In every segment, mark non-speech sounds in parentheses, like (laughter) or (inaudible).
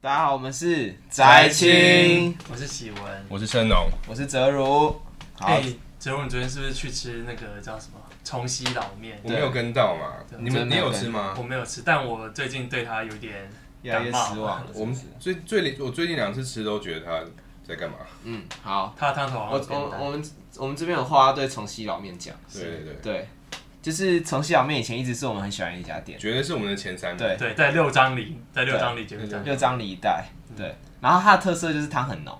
大家好，我们是宅青，我是喜文。我是生龙，我是泽如。好，哎，哲文，你昨天是不是去吃那个叫什么重熙老面我？没有跟到嘛对，你真们的你没有有吃吗我？没有吃，但我最近对他有点越来越失望了。我们是不是最最我最近两次吃都觉得他在干嘛？嗯，好，他的汤头我好像我变我淡。们我们这边有话要对重熙老面讲，对对对，对，就是重熙老面以前一直是我们很喜欢的一家店，绝对是我们的前三名。对对，在六张里，在六张里对就这样。六张里一带，对，然后它的特色就是汤很浓，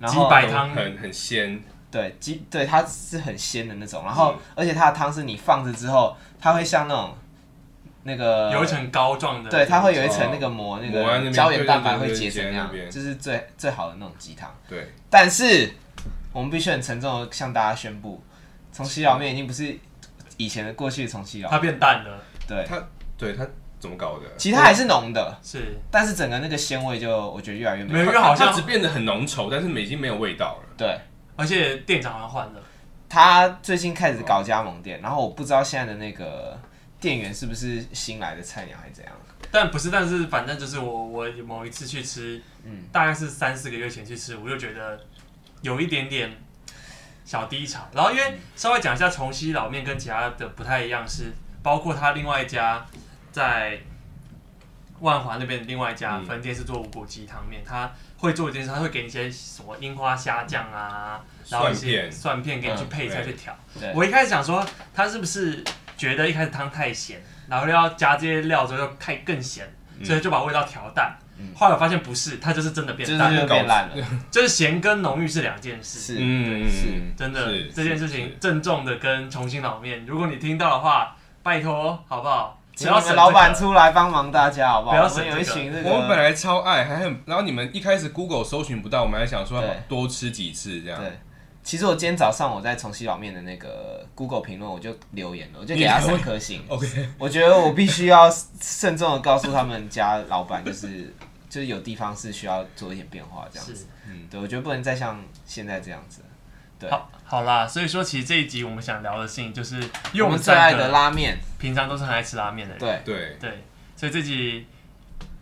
然后鸡白很汤很很鲜，对鸡对它是很鲜的那种，然后而且它的汤是你放着之后，它会像那种那个有一层膏状的，对，它会有一层哦那个膜，那膜在那个边胶原蛋白对会对对结成那样结在那，边就是最最好的那种鸡汤。对，但是我们必须很沉重的向大家宣布，重熙老面已经不是以前的过去的重熙老，它变淡了，对，他对他怎么搞的？其实它还是浓的，是但是整个那个鲜味就我觉得越来越没没有。有它因为好像它只变得很浓稠，但是已经没有味道了。对，而且店长好像换了，他最近开始搞加盟店，然后我不知道现在的那个店员是不是新来的菜鸟还是怎样。但不是，但是反正就是我我某一次去吃，大概是三四个月前去吃，我就觉得有一点点小低潮。然后因为稍微讲一下重熙老面跟其他的不太一样是，包括他另外一家在万华那边的另外一家嗯分店是做无骨鸡汤面，他会做一件事，他会给你一些什么樱花虾酱啊，然后一些蒜蒜片片给你去嗯配菜对去调。对我一开始想说他是不是觉得一开始汤太咸，然后要加这些料之后就太更咸，嗯所以就把味道调淡。后来我发现不是，它就是真的就是变淡，又变烂 (laughs) 了，就是咸跟浓郁是两件事。是，嗯是真的是这件事是情郑重的跟重庆老面，如果你听到的话，拜托好不好？不请要我省、们老板，出来帮忙大家好不好？不要我省们有一这个群这我们本个，来超爱，还很，然后你们一开始 Google 搜寻不到，我们还想说对多吃几次这样。对。其实我今天早上我在重熙老面的那个 Google 评论，我就留言了，我就给他你留三言颗星。 OK，我觉得我必须要慎重的告诉他们家老板，就是就是有地方是需要做一点变化这样子。是嗯，对，我觉得不能再像现在这样子。对好好啦。所以说，其实这一集我们想聊的事情，就是因为我们我们最爱三的个拉面，平常都是很爱吃拉面的人，对，对，对，所以这集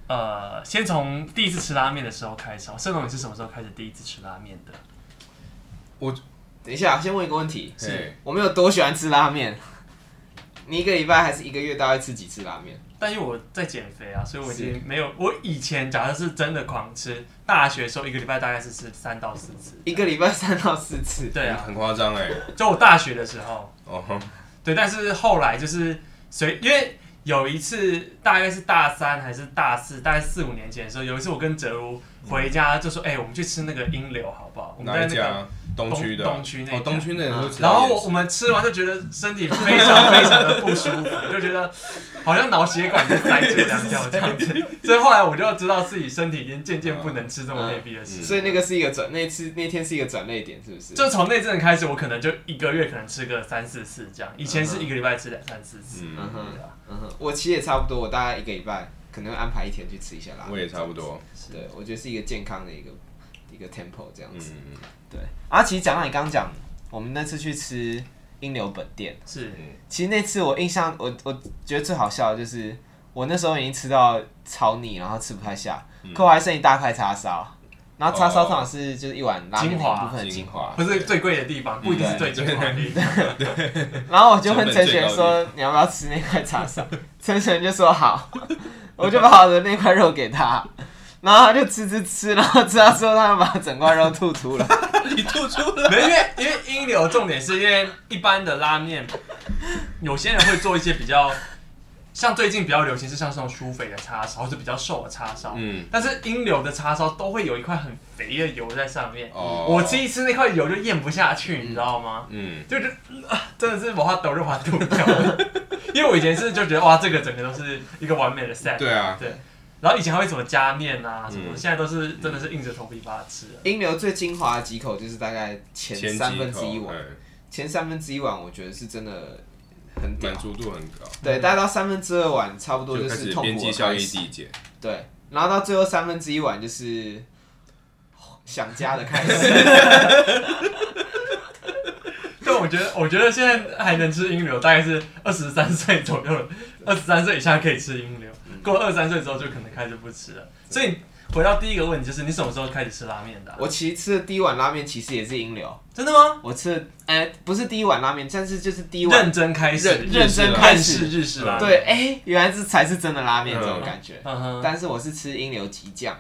呃，先从第一次吃拉面的时候开始哦。盛总，你是什么时候开始第一次吃拉面的？等一下，先问一个问题：是嘿我们有多喜欢吃拉面？你一个礼拜还是一个月大概吃几次拉面？但因为我在减肥啊，所以我已经没有。我以前假设是真的狂吃，大学的时候一个礼拜大概是吃三到四次。一个礼拜三到四次。对啊，很夸张哎。就我大学的时候，哦吼，对，但是后来就是随因为。有一次，大概是大三还是大四，大概四五年前的时候，有一次我跟哲如回家就说：“哎、我们去吃那个英流好不好？”我们在哪一那个家？啊东区的。东东区那家嗯哦，东区那个都吃到然后厌我们吃完就觉得身体非常非常的不舒服，就觉得好像脑血管就塞住两条这样子。所以后来我就知道自己身体已经渐渐不能吃这么 heavy 的食物。所以那个是一个转，那次那天是一个转泪点，是不是？就从那阵开始，我可能就一个月可能吃个三四次这样，以前是一个礼拜吃两三四次。嗯嗯，哼对啊，嗯哼，我其实也差不多，我大概一个礼拜可能会安排一天去吃一下拉面。我也差不多。对，我觉得是一个健康的一个一个 tempo 这样嗯子。嗯对，啊，其实讲到你刚刚讲，我们那次去吃英流本店，是其实那次我印象，我我觉得最好笑的就是，我那时候已经吃到超腻，然后吃不太下，可我还剩一大块叉烧，然后叉烧嗯哦通常是就是一碗拉面的精华一部分的啊精精华华，不是最贵的地方，不一定是嗯最精华的地方。然后我就问成陈本最璇高说：“你要不要吃那块叉烧？” (laughs) 陈璇就说：“好。” (laughs) 我就把我的那块肉给他，然后他就吃吃吃，然后吃到最后，他就把整块肉吐出来。 (laughs) 嗯，你吐出来。没，因为因为英流重点是因为一般的拉面，有些人会做一些比较，像最近比较流行是像这种酥肥的叉烧，或是比较瘦的叉烧。嗯，但是英流的叉烧都会有一块很肥的油在上面，哦我吃一吃那块油就咽不下去，你知道吗？嗯，就是、啊真的是把它抖就把它吐掉了， (laughs) 因为我以前是就觉得哇，这个整个都是一个完美的 set，对啊，对。然后以前还会什么加面啊什么的，嗯现在都是真的是硬着头皮把它吃了。英流最精华的几口就是大概前前三几分之一啊口碗，嗯前三分之一碗我觉得是真的很屌满。足度很高，对，大概到三分之二碗差不多就开是始痛边苦际的效开益始。递减。对，然后到最后三分之一碗就是想家的开始。 (laughs) 但我觉得，我觉得现在还能吃英流，大概是二十三岁嗯左右了，二十三岁以下可以吃英流，过二十三岁之后就可能开始不吃了。所以回到第一个问题，就是你什么时候开始吃拉面的啊、我其实吃的第一碗拉面其实也是英流，真的吗？我吃的哎、不是第一碗拉面，但是就是第一碗认真开始，认日认真日式开日始式，日式拉面。对，哎、原来这才是真的拉面嗯这种感觉。嗯哼，但是我是吃英流吉酱，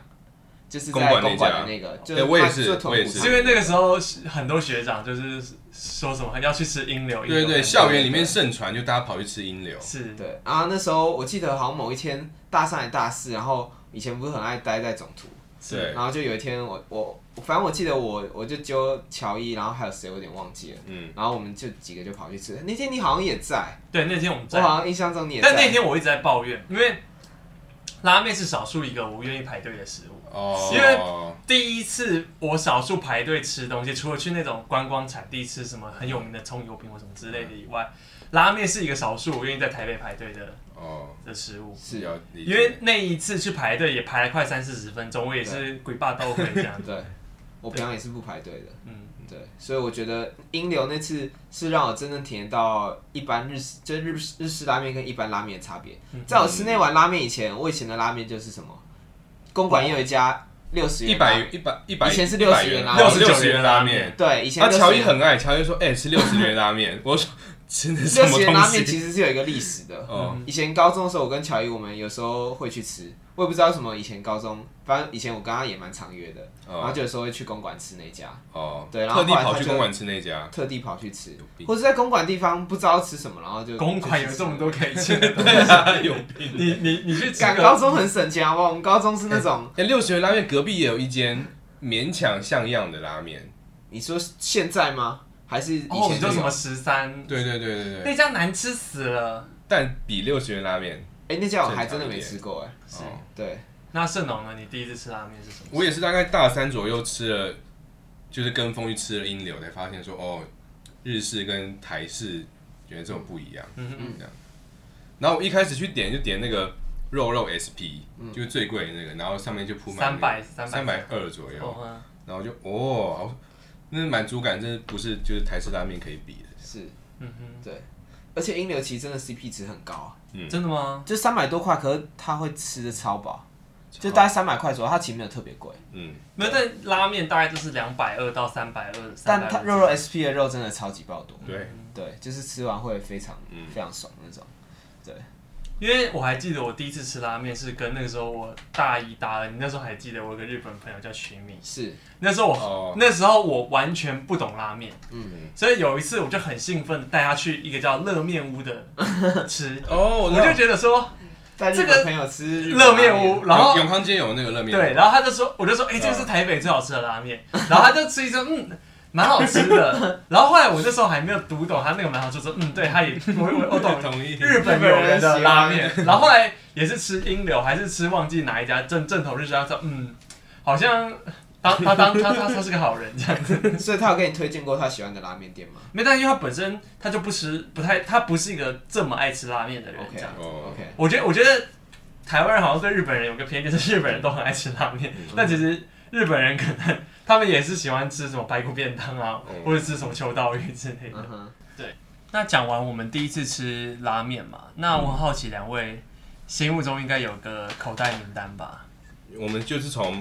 就是公在馆那公馆家的那个，就哎我也它是做豚我也骨是汤是因为那个时候很多学长就是说什么要去吃英流，英流对对对，校园里面盛传，就大家跑去吃英流。是对，然后那时候我记得好像某一天大三还大四，然后以前不是很爱待在总图，对是，啊然后就有一天我我我反正我记得我我就揪乔伊，然后还有谁我有点忘记了，嗯，然后我们就几个就跑去吃。那天你好像也在，对那天我们我在，好像印象中你也在。但那天我一直在抱怨，因为拉面是少数一个我愿意排队的食物。哦，因为第一次我少数排队吃东西，除了去那种观光产地吃什么很有名的葱油饼或什么之类的以外，拉面是一个少数我愿意在台北排队的哦，的食物。是。要理解因为那一次去排队也排了快三四十分钟，我也是鬼霸都会这 (laughs) 样对，我平常也是不排队的，嗯，对，所以我觉得英流那次是让我真正体验到一般日式，就是日日式拉面跟一般拉面的差别。嗯在我吃那碗拉面以前，我以前的拉面就是什么，公馆也有一家六十元一拉面百一百一百，以前是60元拉面六十九元拉69元拉面面。对，以前啊，乔伊60元很爱，乔伊说：“哎，吃六 (laughs) 十元拉面。”我说：“吃的什六么十元东拉面其西实嗯是有一个历史的。哦以前高中的时候，我跟乔伊我们有时候会去吃，我也不知道为什么。以前高中，反正以前我跟他也蛮常约的，然后哦就有时候会去公馆吃那家，哦，对然后特地后来跑他去就公馆吃那家，特地跑去吃有，病或是在公馆地方不知道吃什么，然后就公馆有这么多可以吃 (laughs) 的东西，有你你你去吃赶个高中很省钱好不好？我们高中是那种，哎，六十元拉面隔壁也有一间勉强像样的拉面。你说现在吗？还是以哦，你前就说有什么？十三？嗯对对对对对，那家难吃死了。但比六十元拉面哎，那家我还真的没吃过哎。哦，对，那盛龙呢？你第一次吃拉面是什么？我也是大概大三左右吃了，就是跟风去吃了英流，才发现说哦，日式跟台式觉得这种不一样，嗯哼，这样。然后我一开始去点就点那个肉肉 SP，、就是最贵的那个，然后上面就铺嗯满三百三三百二左右，哦然后就哦，好那满足感真的不是就是台式拉面可以比的。是，嗯哼，而且英流其实真的 CP 值很高啊。嗯真的吗？就三百多块，可是他会吃的超饱，就大概三百块左右，它其实没有特别贵，嗯，没有，但拉面大概就是两百二到三百嗯二，但它肉肉 SP 的肉真的超级爆多，对，对，就是吃完会非常、嗯非常爽那种。因为我还记得我第一次吃拉面是跟那个时候我大一大二，你那时候还记得我有个日本朋友叫徐敏，是，那时候我、哦那时候我完全不懂拉面，嗯，所以有一次我就很兴奋地带他去一个叫乐面屋的 (laughs) 吃，哦，我知道就觉得说但这日个本朋友吃日本乐面拉屋，然后永永康街有那个热面，对，，然后他就说，我就说，哎、这个是台北最好吃的拉面。然后他就吃一说，嗯，蛮好吃的。然后后来我那时候还没有读懂他那个蛮好吃，说，嗯，对，他也我我我 (laughs) 懂同意日本友人的拉面。然后后来也是吃英流，还是吃忘记哪一家正正统日式，他说，嗯，好像当他当他他他是个好人这样子。所以他有给你推荐过他喜欢的拉面店吗没，但因为他本身他就不吃，不太他不是一个这么爱吃拉面的人这样。哦？OK，我觉得，我觉得台湾人好像对日本人有个偏见，就是日本人都很爱吃拉面，但其实日本人可能他们也是喜欢吃什么排骨便当啊，嗯或者吃什么秋刀鱼之类的。嗯哼，那讲完我们第一次吃拉面嘛，那我很好奇两位心目中应该有个口袋名单吧？我们就是从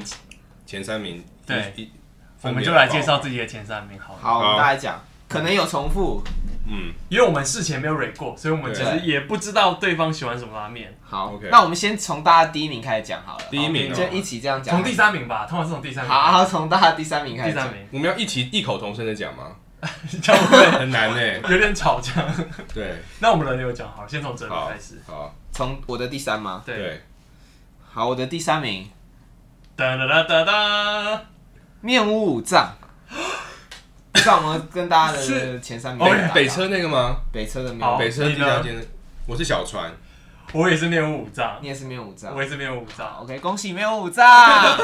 前三名，对一，一我分们别就来介报绍自己的前三名好了，好，我们好大家讲，可能有重复，嗯，因为我们事前没有蕊过，所以我们其对实也不知道对方喜欢什么拉面。好 OK 那我们先从大家第一名开始讲好了，第一名、好就哦，一起这样讲，从第三名吧，通常是从第三名。好，好，从大家第三名开第始三讲，名，我们要一起异口同声的 (laughs) 讲吗？这样会很难呢。有点吵架。对， (laughs) 那我们轮流讲好了，先从哲好理开始。，好，从我的第三吗？对，对，好，我的第三名，哒哒哒哒哒。面屋五 (laughs) 藏，五藏我们跟大家的是前三名打北打，北车那个吗？北车的面哦好屋，北车你第呢三间，我是小川，我也是面无五脏，你也是面五藏我也是面无五脏。 ，OK，恭喜面屋五藏。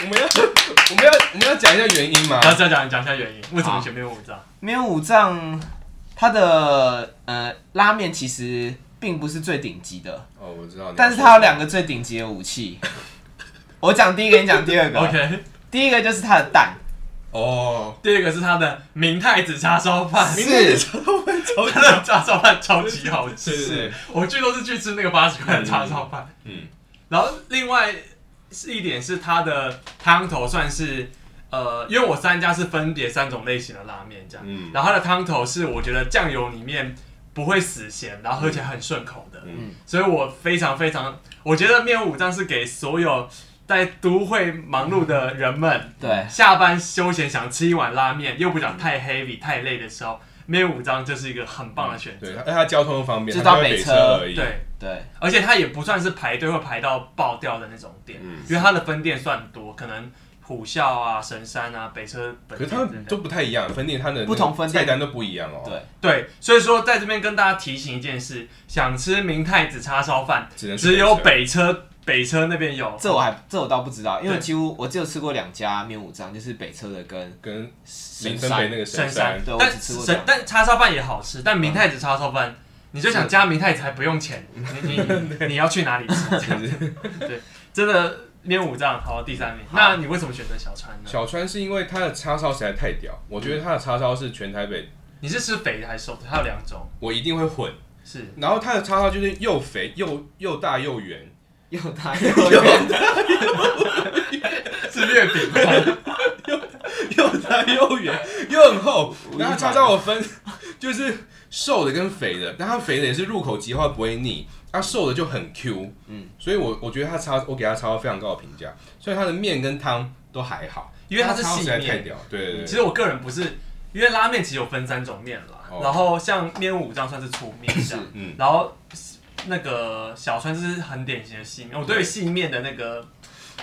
我们要 (laughs) 我们要我们要讲一下原因吗？然后再讲讲一下原因，为什么选面无五脏？面屋五藏它的呃拉面其实并不是最顶级的，哦，我知道，但是它有两个最顶级的武器。我讲第一个，你讲第二 (laughs) 个。 OK，第一个就是它的蛋，哦，第二个是他的明太子叉烧饭，是 (laughs) 他的叉烧饭超级好对对嗯吃，对，我去都是去吃那个八十块的叉烧饭。嗯，然后另外是一点是它的汤头算是呃，因为我三家是分别三种类型的拉面这样，嗯然后它的汤头是我觉得酱油里面不会死咸，然后喝起来很顺口的，嗯所以我非常非常，我觉得面五章是给所有在都会忙碌的人们，对，下班休闲想吃一碗拉面，又不想嗯太 heavy 太累的时候，面五章就是一个很棒的选择。对，它它交通方便，就它到没北有北车而已。对，对，而且它也不算是排队会排到爆掉的那种店，嗯因为它的分店算多，可能虎啸啊、神山啊、北车本可店是他等等。们都不太一样，分店它的那个不同分店菜单都不一样哦。对对，所以说在这边跟大家提醒一件事：想吃明太子叉烧饭，只能去只有北北车北车那边有。这我还这我倒不知道，因为对几乎我只有吃过两家面五章，就是北车的跟车跟神林森北山。那个深山山，，对我但只吃过神两但叉烧饭也好吃，但明太子叉烧饭，你就想加明太子还不用钱，你你你你要去哪里吃？这样子，对，真的面五脏好第三名。好那你为什么选择小川呢？小川是因为它的叉烧实在太嗯屌，我觉得它的叉烧是全台北你是吃肥的还是瘦的？它有两种，我一定会混。是然后它的叉烧就是又肥又又大又圆，又 (laughs) 大又又是月饼吗， (laughs) 又大又圆又很厚。我然后它叉烧我分 (laughs) 就是瘦的跟肥的，但它肥的也是入口即化不会腻，它瘦的就很 Q。嗯，所以我我觉得它叉我给它叉烧非常高的评价，所以它的面跟汤都还好，因为它它是叉烧细实在太面。屌。对对对，其实我个人不是，因为拉面其实有分三种面啦，哦然后像面五脏算是粗面这样，嗯然后那个小川就是很典型的细面。我对于细面的那个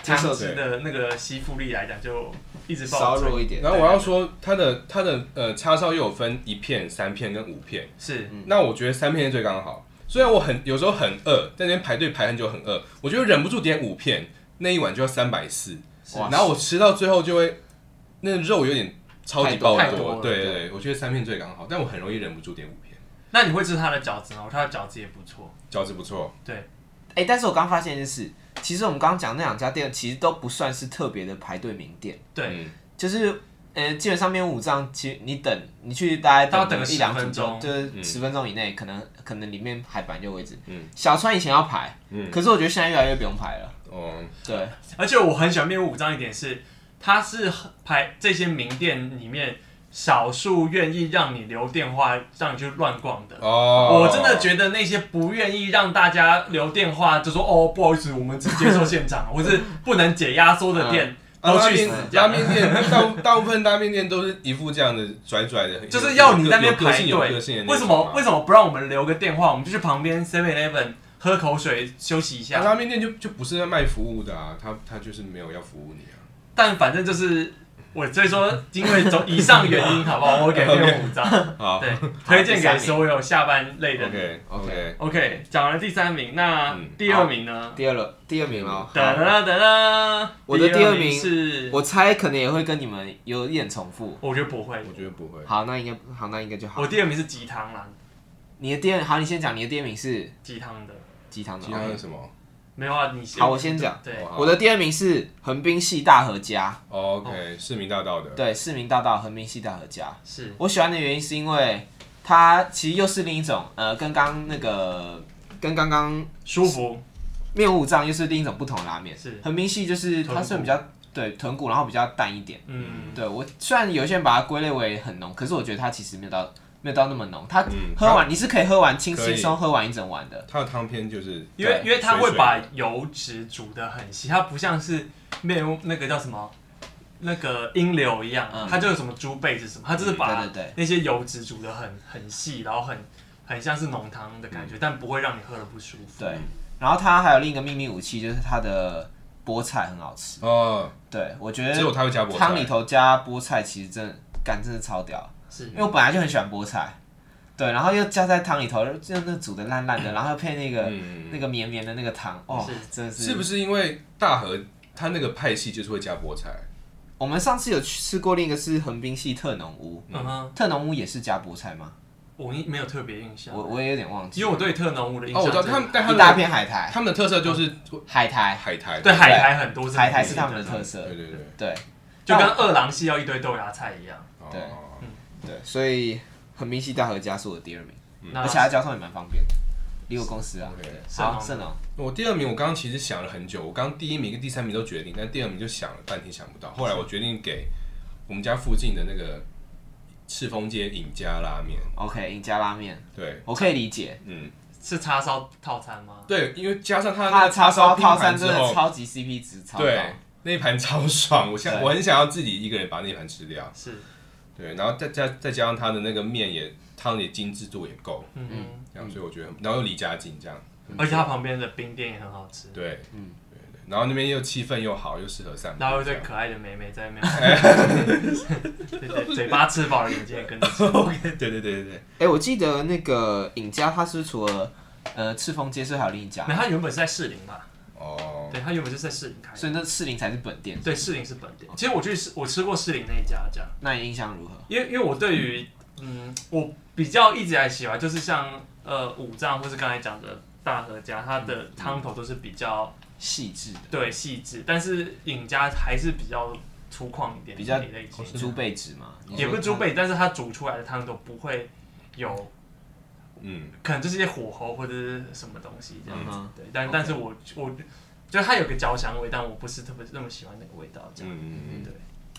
接受汤度汁的那个吸附力来讲，就一直稍爆弱一点。然后我要说，它的它的呃叉烧又有分一片、三片跟五片，是那我觉得三片是最刚好。虽然我很有时候很饿，在那边排队排很久很饿，我就忍不住点五片，那一碗就要三百四，哇然后我吃到最后就会那肉有点超级爆太多太多了对对对，我觉得三片最刚好，但我很容易忍不住点五片，那你会吃他的饺子吗？他的饺子也不错，饺子不错，哎、但是我刚发现一件事，其实我们刚刚讲那两家店其实都不算是特别的排队名店，对，嗯就是呃，基本上面五张，其实你等你去大概都要等个一两分10钟，分钟就是嗯十分钟以内，可能可能里面海板就有位置。嗯小川以前要排，嗯可是我觉得现在越来越不用排了。哦，对，而且我很喜欢面五章一点是，它是排这些名店里面少数愿意让你留电话让你去乱逛的。哦，我真的觉得那些不愿意让大家留电话，就说哦不好意思，我们只接受现 (laughs) 场，啊或是不能解压缩的店，啊都拉去面死嗯这拉样。面店大部大部分拉面店都是一副这样的拽拽的，就是要你在那有边个排性队有个性的那为什种啊，么为什么不让我们留个电话？我们就去旁边 Seven Eleven 喝口水休息一啊下。拉面店就就不是在卖服务的啊，他他就是没有要服务你啊。但反正就是我，所以说因为走以上原因，好 (laughs) 不好？我给面五张。好对，推荐给所有下班类的人。 ，OK OK， OK，讲完第三名，那嗯第二名呢？第二了，第二名嗯了。等啦等啦，我的第二名是，我猜可能也会跟你们有一点重复。我觉得不会，我觉得不会。好，那应该好，那应该就好。我第二名是鸡汤啦，你的第二，好，你先讲你的第二名是鸡汤的。鸡汤的其他，OK。的什么没有啊，你先好，我先讲。对哦好哦我的第二名是横滨系大和家， ？OK，市民大道的，对，市民大道横滨系大和家。是我喜欢的原因是因为它其实又是另一种，呃，跟刚刚那个跟刚刚舒服，面无五脏又是另一种不同的拉面。是横滨系就是它是豚骨比较对豚骨，然后比较淡一点。嗯，对我虽然有些人把它归类为很浓，可是我觉得它其实没有到没有到那么浓。它嗯喝完、你是可以喝完轻可以轻松喝完一整碗的。它的汤片就是，因为对因为它会把水水油脂煮的很细，它不像是面那个叫什么那个阴流一样，嗯它就有什么猪背是什么，它就是把对对对那些油脂煮的很很细，然后很很像是浓汤的感觉，但不会让你喝的不舒服。嗯对，然后它还有另一个秘密武器，就是它的菠菜很好吃。哦，对我觉只有得它会加菠汤里菜，头加菠菜，其实真的干真的超屌。嗯是因为我本来就很喜欢菠菜，对，然后又加在汤里头，就那煮的烂烂的，然后又配那个、嗯，那个绵绵的那个汤，哦是，真的是。是不是因为大和它那个派系就是会加菠菜？我们上次有去吃过另一个是横滨系特浓屋，嗯哼，特浓屋也是加菠菜吗？我没有特别印象我，我也有点忘记，因为我对特浓屋的印哦，象啊我真的，知道，他们但他一们大的片海苔，他们的特色就是海苔，海苔，对海苔很多是海苔是不一他样们的特色对，对对，对就跟二郎系要一堆豆芽菜一样。哦对对，所以横滨系大和家是我的第二名，那嗯而且它交通也蛮方便的。离我公司啊。 OK，好，盛盛龙，我第二名，我刚刚其实想了很久，我刚刚第一名跟第三名都决定，但第二名就想了半天想不到。后来我决定给我们家附近的那个赤峰街尹家拉面。 OK，赢家拉面，对，我可以理解。嗯，是叉烧套餐吗？对，因为加上他它那的个叉烧拼套餐盘真之的后，超级 CP 值超高。对，那一盘超爽，我想对我很想要自己一个人把那盘吃掉。是，对，然后再加再加上他的那个面也汤也精致度也够，嗯嗯，这样，所以我觉得很，然后又离家近这样，嗯而且它旁边的冰店也很好吃，对，嗯，对对，然后那边又气氛又好，又适合散步，然后有一这对样可爱的妹妹在那 (laughs) 边，对对，嘴巴吃饱了，眼睛也跟着吃。对对对对对，哎，我记得那个尹家，它是不是除了呃赤峰街，是不是还有另一家没，，它原本是在士林嘛，哦，对，它原本就是在士林开的，所以那士林才是本店。对，士林是本店。其实我去士，我吃过士林那一家，这样。那你印象如何？因为因为我对于嗯，我比较一直以来喜欢就是像呃五脏或是刚才讲的大和家，它嗯的汤头都是比较细致的，对细致，但是尹家还是比较粗犷一点，比较哦类型，猪背脂嘛，你哦也说不是猪背，但是它煮出来的汤头不会有，嗯，可能就是一些火候或者是什么东西这样子。嗯对，但 OK 但是我我就它有个焦香味，但我不是特别那么喜欢那个味道这样。嗯嗯对。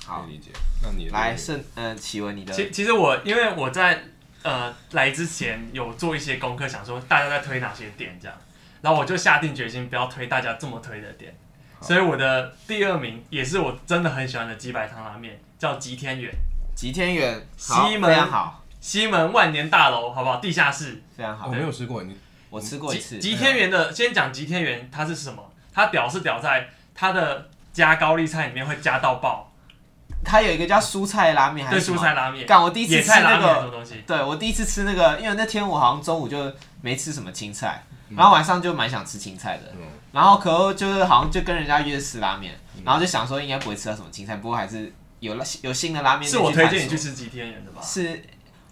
好可以理解。那你的来第盛呃启文你的其其实我因为我在呃来之前有做一些功课，想说大家在推哪些点这样，然后我就下定决心不要推大家这么推的点，所以我的第二名也是我真的很喜欢的鸡白汤拉面，叫吉天园吉天园，西好门非常好，西门万年大楼，好不好？地下室。非常二名，好我，没有吃过，你我吃过一吉次。哎吉天园的，先讲吉天园它是什么？它屌是屌在它的加高丽菜里面会加到爆，它有一个叫蔬菜拉哎面还对是什蔬么菜拉面，干我第一次野菜吃那拉面个什么东西？对我第一次吃那个，因为那天我好像中午就没吃什么青菜，嗯然后晚上就蛮想吃青菜的，嗯然后可就是好像就跟人家约吃拉面，嗯然后就想说应该不会吃到什么青菜，不过还是有了有新的拉面是我推荐店你去探索，吃吉天园的吧？是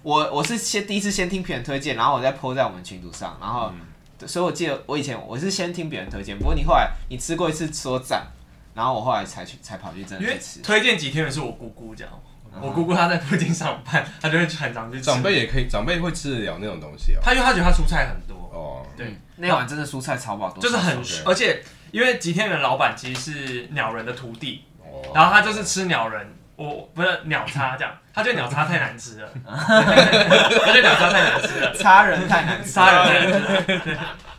我我是先第一次先听别人推荐，然后我再 po 在我们群组上，然后、对所以我记得我以前我是先听别人推荐，不过你后来你吃过一次说赞，然后我后来才去才跑去真因的为去吃，推荐几天的是我姑姑讲，嗯我姑姑她在附近上班，她就会很常去吃长辈，也可以，长辈会吃得了那种东西哦。她因为她觉得她蔬菜很多，哦，对，那碗真的蔬菜超饱多，就是很超对，而且因为吉天园老板其实是鸟人的徒弟，哦然后他就是吃鸟人，我不是鸟叉这样，他觉得鸟叉太难吃 (laughs) 了，他觉得鸟叉太难吃了，爽差人太难 (laughs) 吃了，杀人太难吃了，对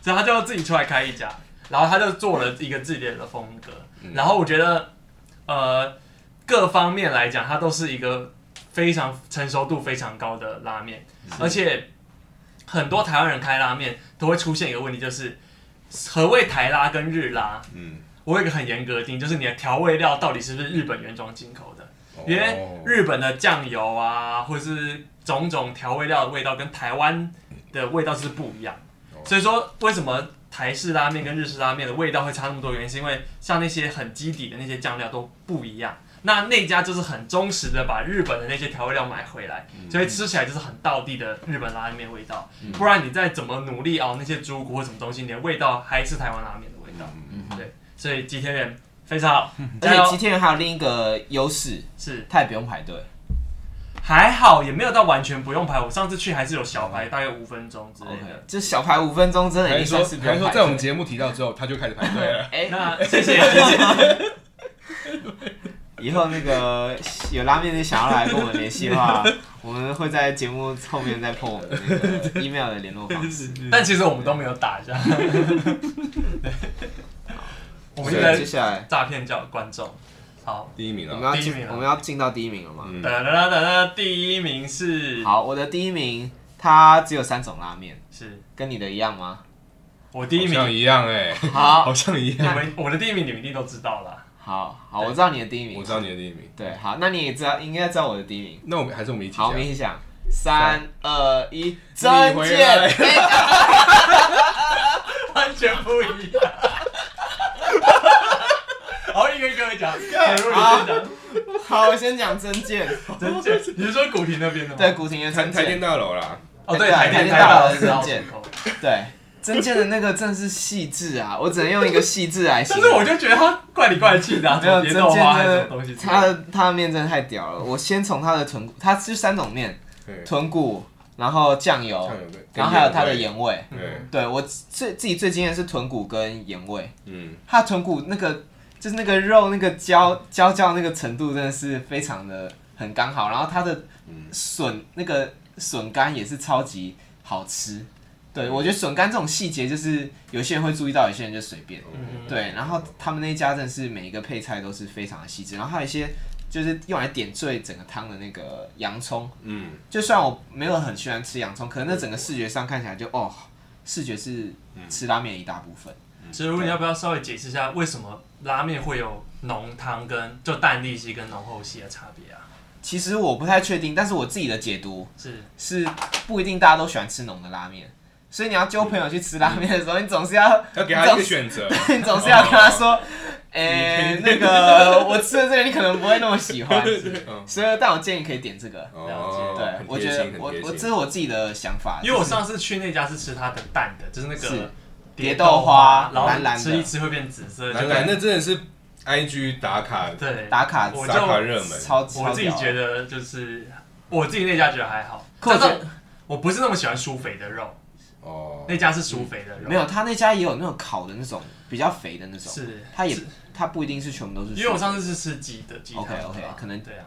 (laughs) 所以他就自己出来开一家，然后他就做了一个自己的风格，嗯然后我觉得呃各方面来讲，它都是一个非常成熟度非常高的拉面，而且很多台湾人开拉面都会出现一个问题，就是何谓台拉跟日拉？嗯，我有一个很严格的定义，就是你的调味料到底是不是日本原装进口的？因为哦日本的酱油啊，或是种种调味料的味道跟台湾的味道是不一样哦。所以说，为什么台式拉面跟日式拉面的味道会差那么多？原因是因为像那些很基底的那些酱料都不一样。那那家就是很忠实的把日本的那些调味料买回来，嗯所以吃起来就是很道地的日本拉面味道。不然你再怎么努力熬那些猪骨或什么东西，你的味道还是台湾拉面的味道。对，所以吉田园非常好，嗯 (laughs) 而加且吉油！天园还有另一个优势，是它也不用排队。还好，也没有到完全不用排。我上次去还是有小排，大概五分钟之类 OK，的。就小排五分钟真的已还经是说算是不还用是说排在我队们。节目提到之后，他就开始排队了。哎、那谢谢，谢谢。以后那个有拉面的想要来跟我们联系的 (laughs) 话，我们会在节目后面再碰我们那个 email 的联络方式。但其实我们都没有打一下，我们应所以该接下来诈骗叫观众。好，第一名我们啊，要第一进名，了我们要进到第一名了吗？嗯哒哒哒哒哒，第一名是好，我的第一名它只有三种拉面，是跟你的一样吗？我第一好像名，一样哎，好，好像一你样。们我的第一名你们一定都知道了，好，好，我知道你的第一名，我知道你的第一名，对，好，那你也知道，应该知道我的第一名。那我们还是我们一起好，讲我。们一起想，三二一，真回见来。哎完全不一样。 (laughs) 好，一个一个讲，好 (laughs) 好，好，我先讲真见，真假？你是说古亭那边的吗？对，古亭的台真台见电，大楼啦，哦，对，对台电台电台大大楼楼的是证好件出口对，真见的那个真的是细致啊，我只能用一个细致来形 (laughs) 但是我容。就觉得他怪里怪气的、啊，没有真什么节见奏花还是什么真东西的，之类它的。的它的面真的太屌了。我先从它的豚骨，它是三种面，对，豚骨、然后酱油酱，油跟然后还有它的，盐味。跟盐味对我最自己最惊艳是豚骨跟盐味，对，嗯，它的豚骨那个就是那个肉那个焦焦焦那个程度真的是非常的很刚好，然后它的笋那个笋干也是超级好吃。对，我觉得笋干这种细节就是有些人会注意到，有些人就随便。哦嗯，对，然后他们那一家真的是每一个配菜都是非常的细致，然后还有一些就是用来点缀整个汤的那个洋葱，嗯，就算我没有很喜欢吃洋葱，可能那整个视觉上看起来就哦，视觉是嗯吃拉面的一大部分。所以如果你要不要稍微解释一下为什么拉面会有浓汤跟就淡力系跟浓厚系的差别啊？其实我不太确定，但是我自己的解读是是不一定大家都喜欢吃浓的拉面，所以你要揪朋友去吃拉面的时候，你总是要要给他一个 (laughs) 选择，哦你总是要跟他说，诶、那个我吃的这个你可能不会那么喜欢，嗯哦所以但我建议可以点这个。了对，很我贴觉心得很我贴我心这是我自己的想法，因为我上次去那家是吃它的淡的，就是那啊是个蝶豆豆花然后蓝蓝的吃一吃会变紫色，来就来，那真的是 I G 打卡对。打卡我就打卡热门，超超我自己屌啊觉得就是我自己那家觉得还好，可我但觉是我不是那么喜欢酥肥的肉，哦，那家是酥肥的肉，嗯没有，他那家也有那种烤的那种比较肥的那种，是他也是他不一定是全部都是素的。因为我上次是吃鸡的鸡汤 OK OK，对吧可能对啊，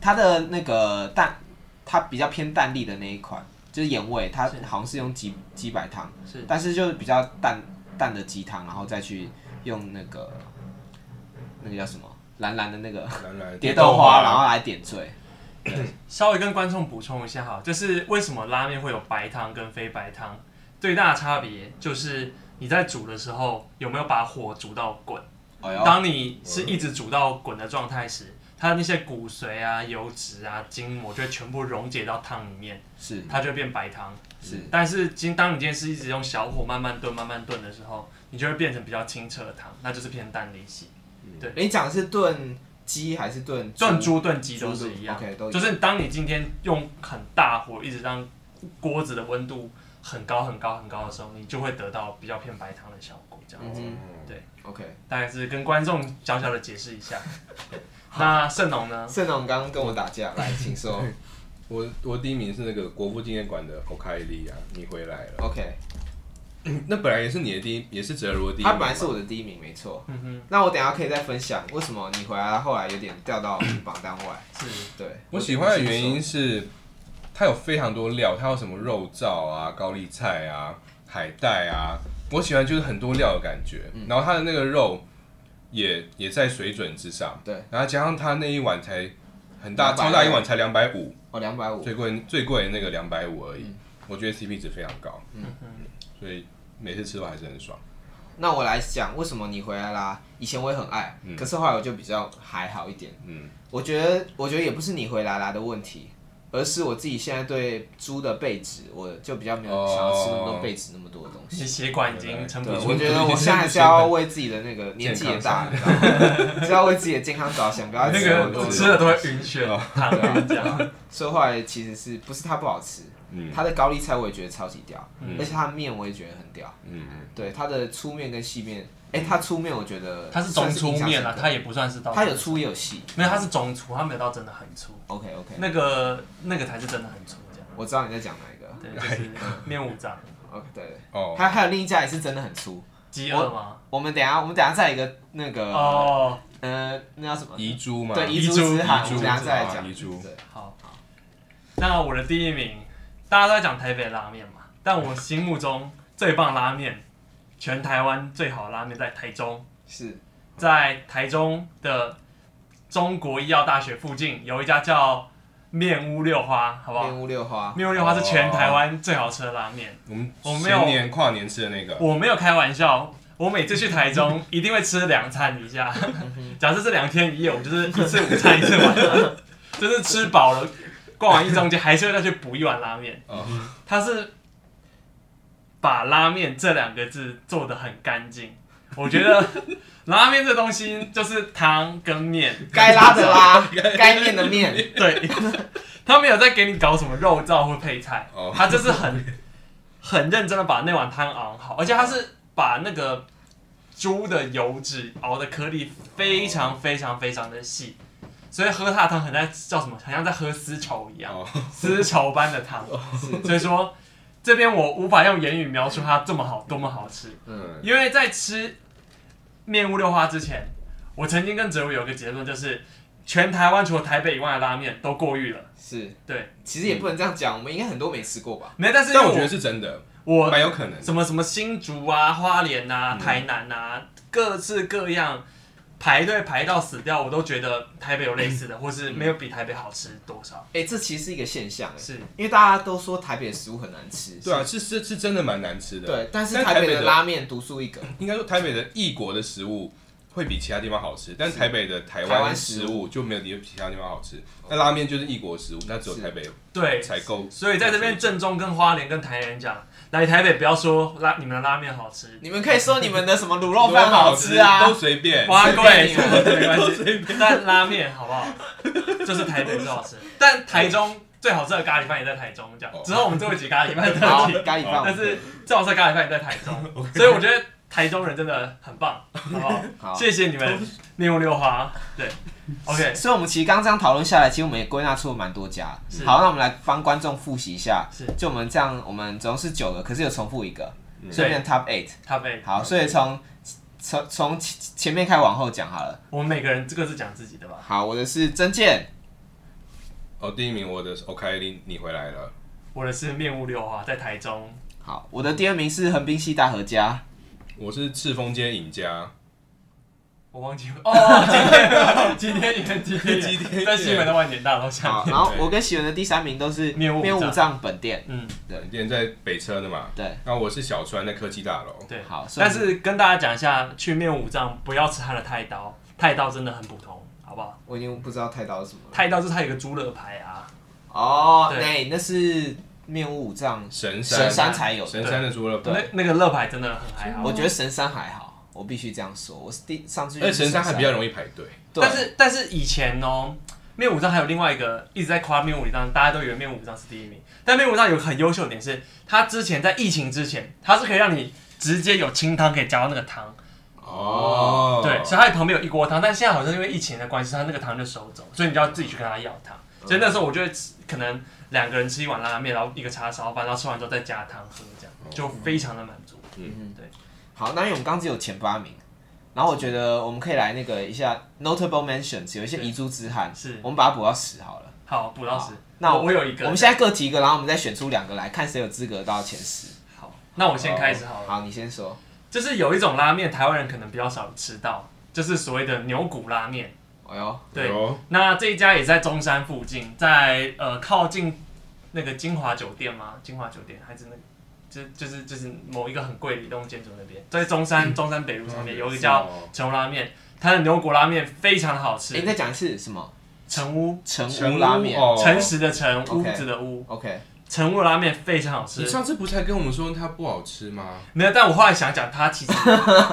他的那个蛋，它比较偏淡丽的那一款，就是盐味，它是好像是用鸡鸡白汤，是但是就是比较淡淡的鸡汤，然后再去用那个那个叫什么蓝蓝的那呃个来来蝶豆花，然后来点缀。稍微跟观众补充一下哈，就是为什么拉面会有白汤跟非白汤，最大的差别就是你在煮的时候有没有把火煮到滚。哎呦，当你是一直煮到滚的状态时，它那些骨髓啊、油脂啊、筋膜就会全部溶解到汤里面，是它就会变白汤。是但是今当你今天是一直用小火慢慢炖、慢慢炖的时候，你就会变成比较清澈的汤，那就是偏淡离析。你讲的是炖鸡还是炖炖猪、炖鸡都是一样猪，OK，都一样就是当你今天用很大火一直让锅子的温度很高、很高、很高的时候，你就会得到比较偏白汤的效果。这样嗯子，哼？OK。大概是跟观众小小的解释 (laughs) 一下。那盛龙呢？盛龙刚刚跟我打架，来，请 (laughs) 说。我我第一名是那个国父纪念馆的 O'Kaylee 啊，你回来了。 OK，那本来也是你的第一，也是哲如的第一名他嘛。本来是我的第一名，没错。嗯哼，那我等一下可以再分享为什么你回来了后来有点掉到榜单外。是对，我喜欢的原因是，它有非常多料，它有什么肉燥啊、高丽菜啊、海带啊，我喜欢就是很多料的感觉。然后它的那个肉也也在水准之上。对，然后加上它那一碗才很大， 200超大一碗才两百五，我哦两百五，最贵最贵的那个两百五而已。嗯我觉得 CP 值非常高，嗯哼，所以每次吃都还是很爽。那我来讲为什么你回来啦。以前我也很爱，嗯可是后来我就比较还好一点。嗯，我觉得，我觉得也不是你回来啦的问题，而是我自己现在对猪的背脂，我就比较没有想要吃那么多背脂那么多的东西。你血管已经撑不对，住。我觉得我现在还是要为自己的那个年纪也大了，你知道吗？是 (laughs) 要为自己的健康着想，不要 (laughs) 那吃么多个东西吃了都会晕眩，啊糖晕 (laughs) 这样。所以后来其实是不是它不好吃，嗯它的高丽菜我也觉得超级屌，嗯而且它的面我也觉得很屌，嗯嗯对它的粗面跟细面，哎、它粗面我觉得它是中粗面啊，啊，它也不算是到它有粗也有细没有，它是中粗，它没有到真的很粗。 ，OK OK，那个那个才是真的很粗，这样。我知道你在讲哪一个对，就是面五脏， ，OK 对对，哦，还有还有另一家也是真的很粗，饥饿吗？我们等一下我们等一下再一个那个、哦，呃那叫什么？遗珠嘛，对，遗遗珠珠之海，我遗珠们等一下再来啊讲遗珠对，好。那我的第一名，大家都在讲台北拉面嘛，但我心目中最棒拉面，全台湾最好的拉面在台中，是在台中的中国医药大学附近有一家叫面屋六花，好不好？面屋六 (laughs) 花，面屋六花是全台湾最好吃的拉面。我们我没有前年跨年吃的那个，我没有开玩笑，我每次去台中一定会吃两餐一下。假设是两天一夜，我就是一次午餐一次晚餐，就是吃饱了，逛完一中街还是会再去补一碗拉面。哦它是把拉面这两个字做的很干净，我觉得拉面这东西就是汤跟面，该拉的拉，该面的面，对，他没有在给你搞什么肉燥或配菜 (laughs) 哦，他就是很很认真的把那碗汤熬好，而且他是把那个猪的油脂熬的颗粒非常非常非常的细，所以喝它的汤很在叫什么，很像在喝丝绸一样，哦哦丝绸般的汤。所以说，这边我无法用言语描述它这么好，多么好吃。嗯，因为在吃面屋六花之前，我曾经跟哲伟有一个结论，就是全台湾除了台北以外的拉面都过誉了。是对，其实也不能这样讲，我们应该很多没吃过吧？没，但是因但为我觉得是真的，我蛮有可能。什么什么新竹啊、花莲啊、台南啊，各式各样排队排到死掉，我都觉得台北有类似的，或是没有比台北好吃多少。哎、这其实是一个现象、哎，是因为大家都说台北的食物很难吃，对啊，是是是真的蛮难吃的。对，但是但台台北北的的拉面独树一格，应该说台北的异国的食物会比其他地方好吃，但台北的台台湾湾食哦食物就没有比其他地方好吃。那拉面就是异国食物，那只有是台北对，才够。所以在这边正宗跟花莲跟台南讲，来台北不要说拉你们的拉面好吃，你们可以说你们的什么卤肉饭好吃啊都，随便。花贵随什么的没关系， (laughs) 但拉面好不好？就是台北最好吃，但台中最好吃的咖喱饭也在台中。这样哦之后我们做一集咖喱饭的好题，咖喱但饭，是最好吃的咖喱饭也在台 (laughs) 中，所以我觉得台中人真的很棒，好不好？好。谢谢你们面无六花，对，OK，所以，我们其实刚刚这样讨论下来，其实我们也归纳出了蛮多家是。好，那我们来帮观众复习一下是。就我们这样，我们总共是九个，可是有重复一个，嗯所以变成 top eight。咖啡，好，所以从从从前面开始往后讲好了。我们每个人这个是讲自己的吧？好，我的是真健，哦，第一名我的是 OK 你你回来了，我的是面无六花，在台中，好，我的第二名是横滨系大和家，我是赤峰街尹家，我忘记哦，今天 (laughs) 今天今天今今天天也在西门的万年大楼下 (laughs) 好，面，然后我跟喜文的第三名都是面雾面雾藏藏本店，嗯，对本店在北车的嘛。对，那我是小川，在科技大楼。对，好所以但是跟大家讲一下，去面五藏不要吃它的太刀，太刀真的很普通，好不好？我已经不知道太刀是什么了。太刀就是它有一个猪肋排啊，哦，对那那是面雾五藏，神神山，山才有的。神山的猪肉那饭，那个肋排真的很还好，我觉得神山还好，我必须这样说。我是第上次去而且神山还比较容易排队。对但是但是以前哦，面五章还有另外一个一直在夸面五章，大家都以为面五章是第一名，但面五章有个很优秀的点是，它之前在疫情之前，它是可以让你直接有清汤可以加到那个汤，哦对，所以它旁边有一锅汤，但现在好像因为疫情的关系，它那个汤就收走，所以你就要自己去跟他要汤。哦所以那时候我就会吃可能两个人吃一碗拉面，然后一个叉烧饭，然后吃完之后再加汤喝，这样就非常的满足。好，那因为我们刚刚只有前八名，然后我觉得我们可以来那个一下 notable mentions，有一些遗珠之憾，是我们把它补到十好了。好，卜老师好，那我我有一个，我们现在各提一个，然后我们再选出两个来看谁有资格到前十。好，那我先开始好了。好，你先说。就是有一种拉面，台湾人可能比较少吃到，就是所谓的牛骨拉面。哎呦，对哦那这一家也在中山附近，在呃靠近那个金华酒店吗？金华酒店还是那个，就就是就是某一个很贵的一栋建筑那边，在中山、中山北路上面有一个叫嗯哦陈屋拉面，它的牛骨拉面非常好吃哎，你。再讲一次什么？陈屋，成成屋拉面。哦诚实的诚，屋 OK 子的屋， OK，陈屋拉面非常好你吃。上次不是还跟我们说它不好吃吗？没有，但我后来想想，它其实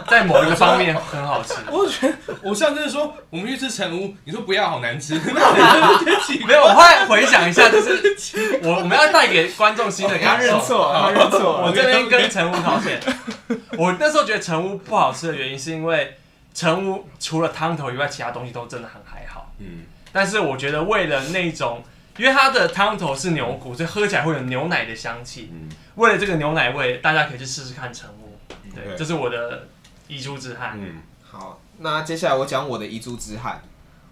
在某一个方面很好吃。我觉得 (laughs) 我上次说我们去吃成屋，你说不要，好难 (laughs) 吃。那我就觉得奇没有，我后来回想一下，就是 (laughs) 我我们要带给观众新的你要感认受。错，哦他认错。我这边跟陈屋道歉， (laughs) 我那时候觉得陈屋不好吃的原因是因为陈屋除了汤头以外，其他东西都真的很还好。嗯，但是我觉得为了那种，因为它的汤头是牛骨，所以喝起来会有牛奶的香气。嗯为了这个牛奶味，大家可以去试试看陈屋。对，对这是我的遗珠之憾。嗯，好，那接下来我讲我的遗珠之憾。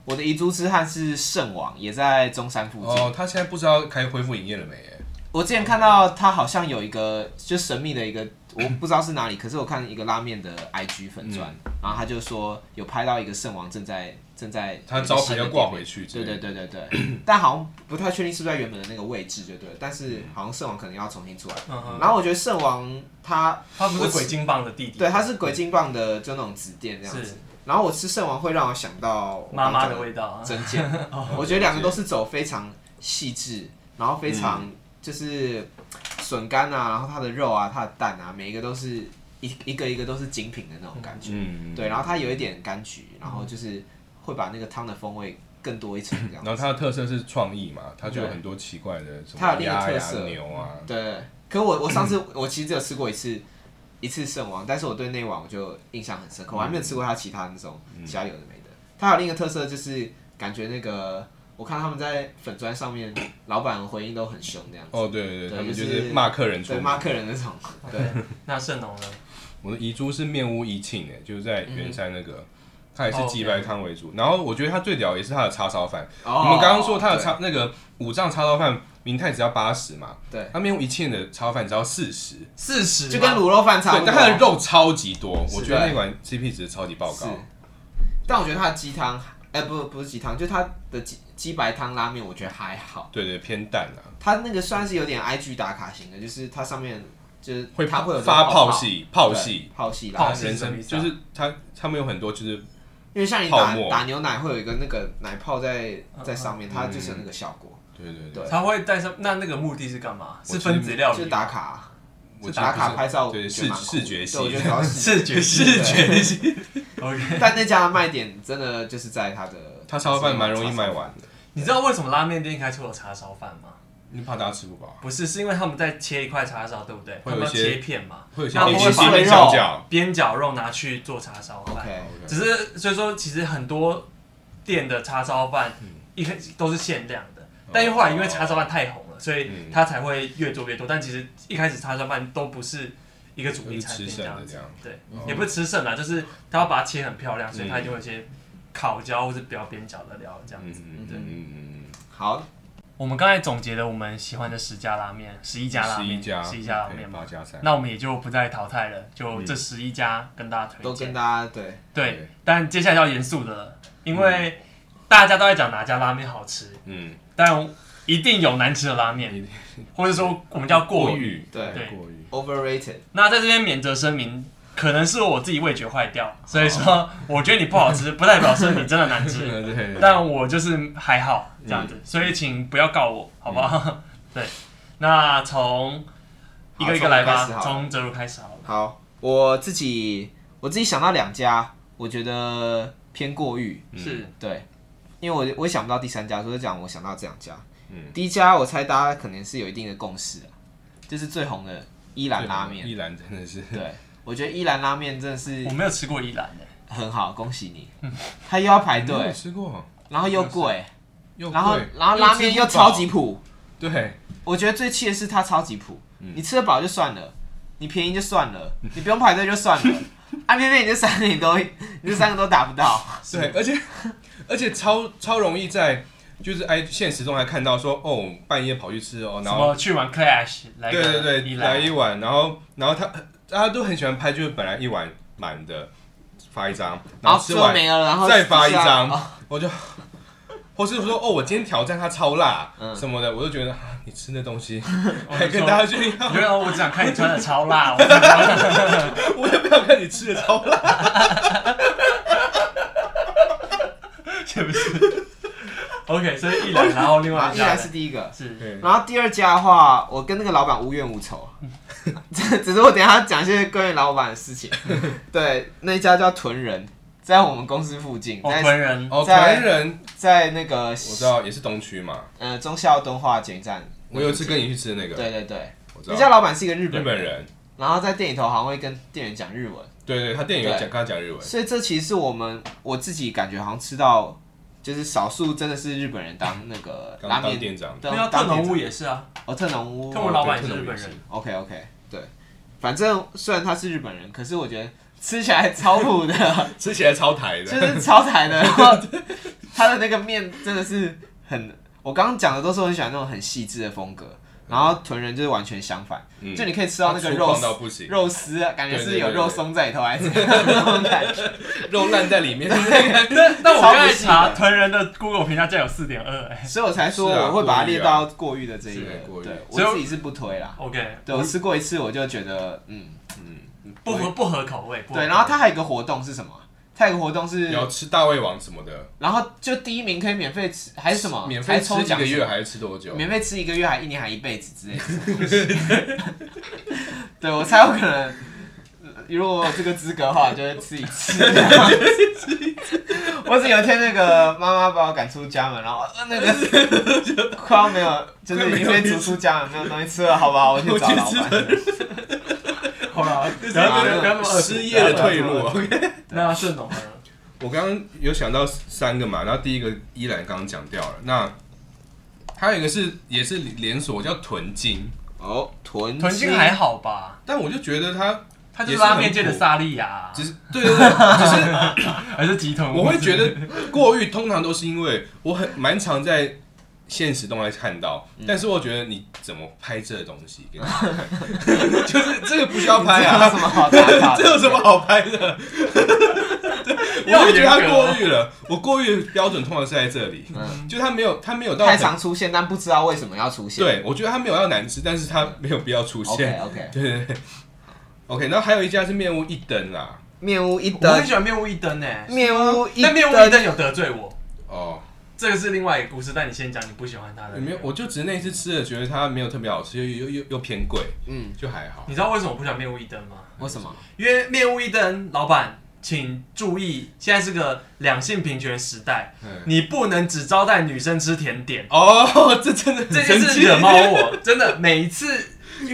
我的遗珠之憾是圣王，也在中山附近。哦，他现在不知道开恢复营业了没？哎我之前看到他好像有一个就神秘的一个，我不知道是哪里，可是我看一个拉面的 IG 粉钻，嗯然后他就说有拍到一个圣王正在正在他招牌要挂回去对之类对的对对对，但好像不太确定是不是在原本的那个位置，就对了，但嗯是好像圣王可能要重新出来。嗯哼，然后我觉得圣王他他不是鬼金棒的弟弟，对他是鬼金棒的就那种紫电这样是子，然后我吃圣王会让我想到我妈刚妈讲的味道 (laughs) 啊。真 (laughs) 见。我觉得两个都是走非常细致，然后非常嗯就是笋干啊，然后它的肉啊，它的蛋啊，每一个都是一一个一个都是精品的那种感觉。嗯，对，然后它有一点柑橘，然后就是会把那个汤的风味更多一层这样然。后它的特色是创意嘛，它就有很多奇怪的什它有么另一个鸭特呀色、牛啊，对，可我我上次我其实只有吃过一次一次圣王，但是我对嗯那一碗我就印象很深刻，我还没有吃过它其他那种其他有的没的。它有另一个特色就是感觉那个我看他们在粉砖上面，老板回应都很凶这样子，哦，对对对，嗯对他们就就是是骂客人出对名。骂客人那 (laughs) 种，对，那盛龙呢？我的遗珠是面屋一庆诶，就是嗯在圆山那个，他也是哦鸡白汤为主。然后我觉得他最屌也是他的叉烧饭。哦你们刚刚说他的对叉那个五脏叉烧饭，明太只要八十嘛，对，他面屋一庆的叉烧饭只要四十，四十吗，就跟卤肉饭差对不，多，但他的肉超级多，是我觉得那碗 CP 值超级爆是高。，但我觉得他的鸡汤，哎、不不是鸡汤，就他的鸡鸡白汤拉面，我觉得还好。对对，偏淡啊，他那个算是有点 IG 打卡型的，就是它上面就是它会有发泡泡，系泡系，对泡系泡啦泡。系人什么生意思啊就是他他们有很多就是因为像你泡打沫打牛奶会有一个那个奶泡在在上面，嗯它就是有那个效果，对对对他会带上，那那个目的是干嘛？我是分子料就理是吗，打卡，我觉得打不卡是拍照，觉得对视蛮酷的视觉系对，我觉得主 (laughs) 要是视觉视觉系。OK，但那家的卖点真的就是在它的，他烧饭蛮容易卖完的，你知道为什么拉面店一开始会有叉烧饭吗？你怕大家吃不饱，啊不是，是因为他们在切一块叉烧，对不对？他会有们要一些切片嘛，会有一些那会我边会边碎边肉角角。边角肉拿去做叉烧饭。哦 OK，嗯只是所以说，其实很多店的叉烧饭嗯一开始都是限量的，但因为后来因为叉烧饭太红了，所以哦嗯它才会越做越多。但其实一开始叉烧饭都不是一个主力产品都是吃这剩的样子这样，嗯对哦，也不是吃剩啦，就是它要把它切很漂亮，所以它一定会有一些烤焦或是比较边角的料这样嗯子。嗯嗯嗯嗯好，我们刚才总结了我们喜欢的十家拉面，十一家拉十一面，家，嗯十一家拉面嘛八。加三，那我们也就不再淘汰了，就嗯这十一家跟大家推都荐跟。大家对对对，但接下来要严肃的了，因为大家都在讲哪家拉面好吃，嗯，但一定有难吃的拉面，或者说我们叫过誉。誉，对对过誉， overrated。那在这边免责声明，可能是我自己味觉坏哦掉，所以说我觉得你不好吃，不代表说你真的难吃，对 (laughs) 对嗯但我就是还好这样子，所以请不要告我，好不好？ (laughs) 对，那从一个一个来吧好，从从哲如开始好了。好，我自己我自己想到两家，我觉得偏过誉，嗯是对，因为我我也想不到第三家，所以讲我想到这两家。嗯，第一家我猜大家可能是有一定的共识、啊，就是最红的伊伊兰拉面。伊兰真的是对，我觉得伊兰拉面真的是我没有吃过依兰诶，很好，恭喜你。它又要排嗯哎没有队，吃过，啊然后又贵，又然后贵然后拉面又吃不饱超级普，对，我觉得最气的是它超级普，嗯你吃得饱就算了，你便宜就算了，你不用排队就算 (laughs) 了，啊偏偏你这三个你都你这三个都达不到，对，而且而且超超容易在就是哎现实中还看到说哦半夜跑去吃哦，什然后么去玩 Clash 来对个对对依兰来一碗，然后然后他大家都很喜欢拍，就是本来一碗满的发一张，然后吃最后完没了，然后再发一底下张哦我就，或是说哦，我今天挑战它超辣、嗯哦什么的，我就觉得、啊、你吃那东西我还跟大家 (laughs) 炫耀，你就让我只想看你穿的超辣，我真的 (laughs) 我也不想看你吃的 (laughs) 超辣。 (laughs) 是不是？OK，所以一兰，然后另外啊一依家然呢是第一个，是对然后第二家的话，我跟那个老板无冤无仇，嗯只 (laughs) 只是我等一下讲一些关于老板的事情，嗯 (laughs) 对，那一家叫屯人，在我们公司附近，哦，在昆人哦，在台人在那个我知道也是东区嘛，呃忠孝敦化捷运站，我有一次跟你去吃的那个，对对对，我知那家道老板是一个日日本本人，然后在店里头好像会跟店员讲日文，对对，他店员有讲对跟他讲日文，所以这其实是我们我自己感觉好像吃到，就是少数真的是日本人当那个刚拉当面店长，哦没有当特浓店屋也是啊，长哦特浓屋特浓老板也对是日特浓本也是人， OK OK 对，反正虽然他是日本人，可是我觉得吃起来超普 (laughs) 的，吃起来超台就的，是超台 (laughs) 的，然后他的那个面真的是很，我刚刚讲的都是我很喜欢那种很细致的风格，然后豚人就是完全相反，嗯就你可以吃到那个他粗肉犷到不行，肉丝啊，感觉是对对有对肉对松在里头还是 (laughs) 怎样的那种感觉。肉烂在里 (laughs) 面，那那我刚才超查不屯人的 Google 评价竟然有四点二，哎所以我才说是啊我会把它列到过誉的这一是啊个。过誉对，所以我自己是不推啦。 ，OK，对我吃过一次，我就觉得嗯， (laughs) 不合不合口味，不合对。然后它还有一个活动是什么？啊它有一个活动是，要吃大胃王什么的，然后就第一名可以免费吃，还是什么？免还费吃抽一奖个什月么，还是吃多久？免费吃一个月，还一年还一辈子之类的。 (laughs) 对，我猜我可能。呃如果我有这个资格的话，我就会吃一 (laughs) 次。我只有一天那个妈妈把我赶出家门，然后呃那个 (laughs) 快要没有，就是已经被逐出家门，没有东西吃了，好不好？我去找老板。好了，不是 (laughs) 要不要不要那么恶毒啊失业的退不要路啊 (laughs) 那要顺龙呢？我刚刚有想到三个嘛，然后第一个依然刚刚讲掉了，那还有一个是也是连锁叫豚金，哦，豚豚筋还好吧？但我就觉得它它就是拉面界的萨莉亚，只是对对对，只是还是集团？我会觉得过誉通常都是因为我很蛮常在现实动态看到，但是我觉得你怎么拍这个东西，跟就是这个不需要拍这有啊什，么好打卡 (laughs) 这有的？什么好拍的？啊我会觉得他过誉了，我过誉的标准通常是在这里，嗯就他没有他没有到太很常出现，但不知道为什么要出现。对，我觉得它没有要难吃，但是它没有必要出，OK 现。 OK，对对对。OK，然后还有一家是面屋一啊灯啦。面屋一我很灯，喜欢面屋一灯呢，面屋一但面屋一灯灯有得罪我，哦，这个是另外一个故事。但你先讲你不喜欢它的没有，，我就只是那次吃了，觉得它没有特别好吃，又又又又偏贵，嗯，就还好。你知道为什么我不喜欢面屋一灯吗？为什么？因为面屋一灯老板，请注意，现在是个两性平权时代，嗯你不能只招待女生吃甜点。哦，这真的这件很生事气惹毛我，真的每一次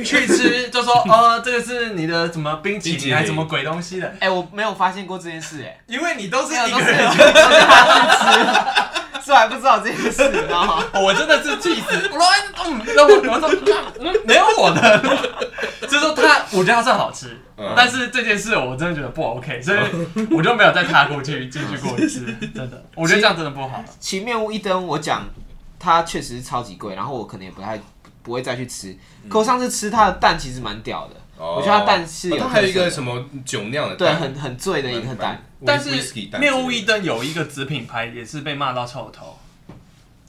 去吃就说，呃，这个是你的什么冰淇冰淇淋淋还是什么鬼东西的，哎、我没有发现过这件事、哎，因为你都是没有一都个是人你，他去吃，是我还不知道这件事，你知道吗？哦我真的是气死，我说，哎嗯，然后我说，嗯， (laughs) 没有我的，就是说他，我觉得它算好吃嗯，但是这件事我真的觉得不 OK，所以我就没有再踏过去继续过去吃，真的，我觉得这样真的不好。 (laughs) 其面屋一灯，我讲它确实是超级贵，然后我可能也不太不会再去吃。可我上次吃它的蛋其实蛮屌的，哦我觉得它蛋是有哦特色的它还有一个什么酒酿的对，蛋，很很醉的一个蛋。但威是士忌蛋之类的面屋一灯有一个子品牌也是被骂到臭头，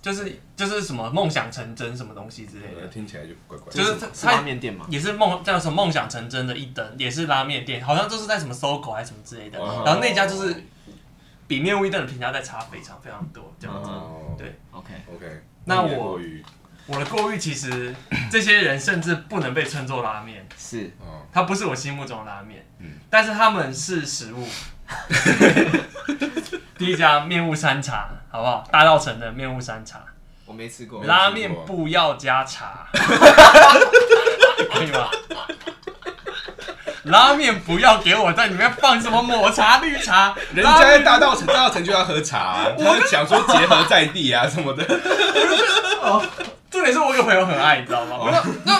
就是就是什么梦想成真什么东西之类的，呃听起来就怪怪的。就是它是拉它面店吗？也是梦叫什么梦想成真的一灯，也是拉面店，好像就是在什么搜狗还是什么之类的，哦然后那家就是比面屋一灯的评价再差非常非常多这样子。哦对 OK， ，OK，那你的我过于我的过誉其实这些人甚至不能被称作拉面，是哦，它不是我心目中的拉面，嗯但是他们是食物。 (laughs) 第一家面雾山茶，好不好？大稻城的面雾山茶，我没吃过没有吃过拉面不要加 (laughs) 茶，可以吗？拉面不要给我在里面放什么抹茶绿茶，人拉家在面大道城，大道城就要喝茶啊，他是想说结合在地啊什么的。重点是我有朋友很爱，你知道吗？我说那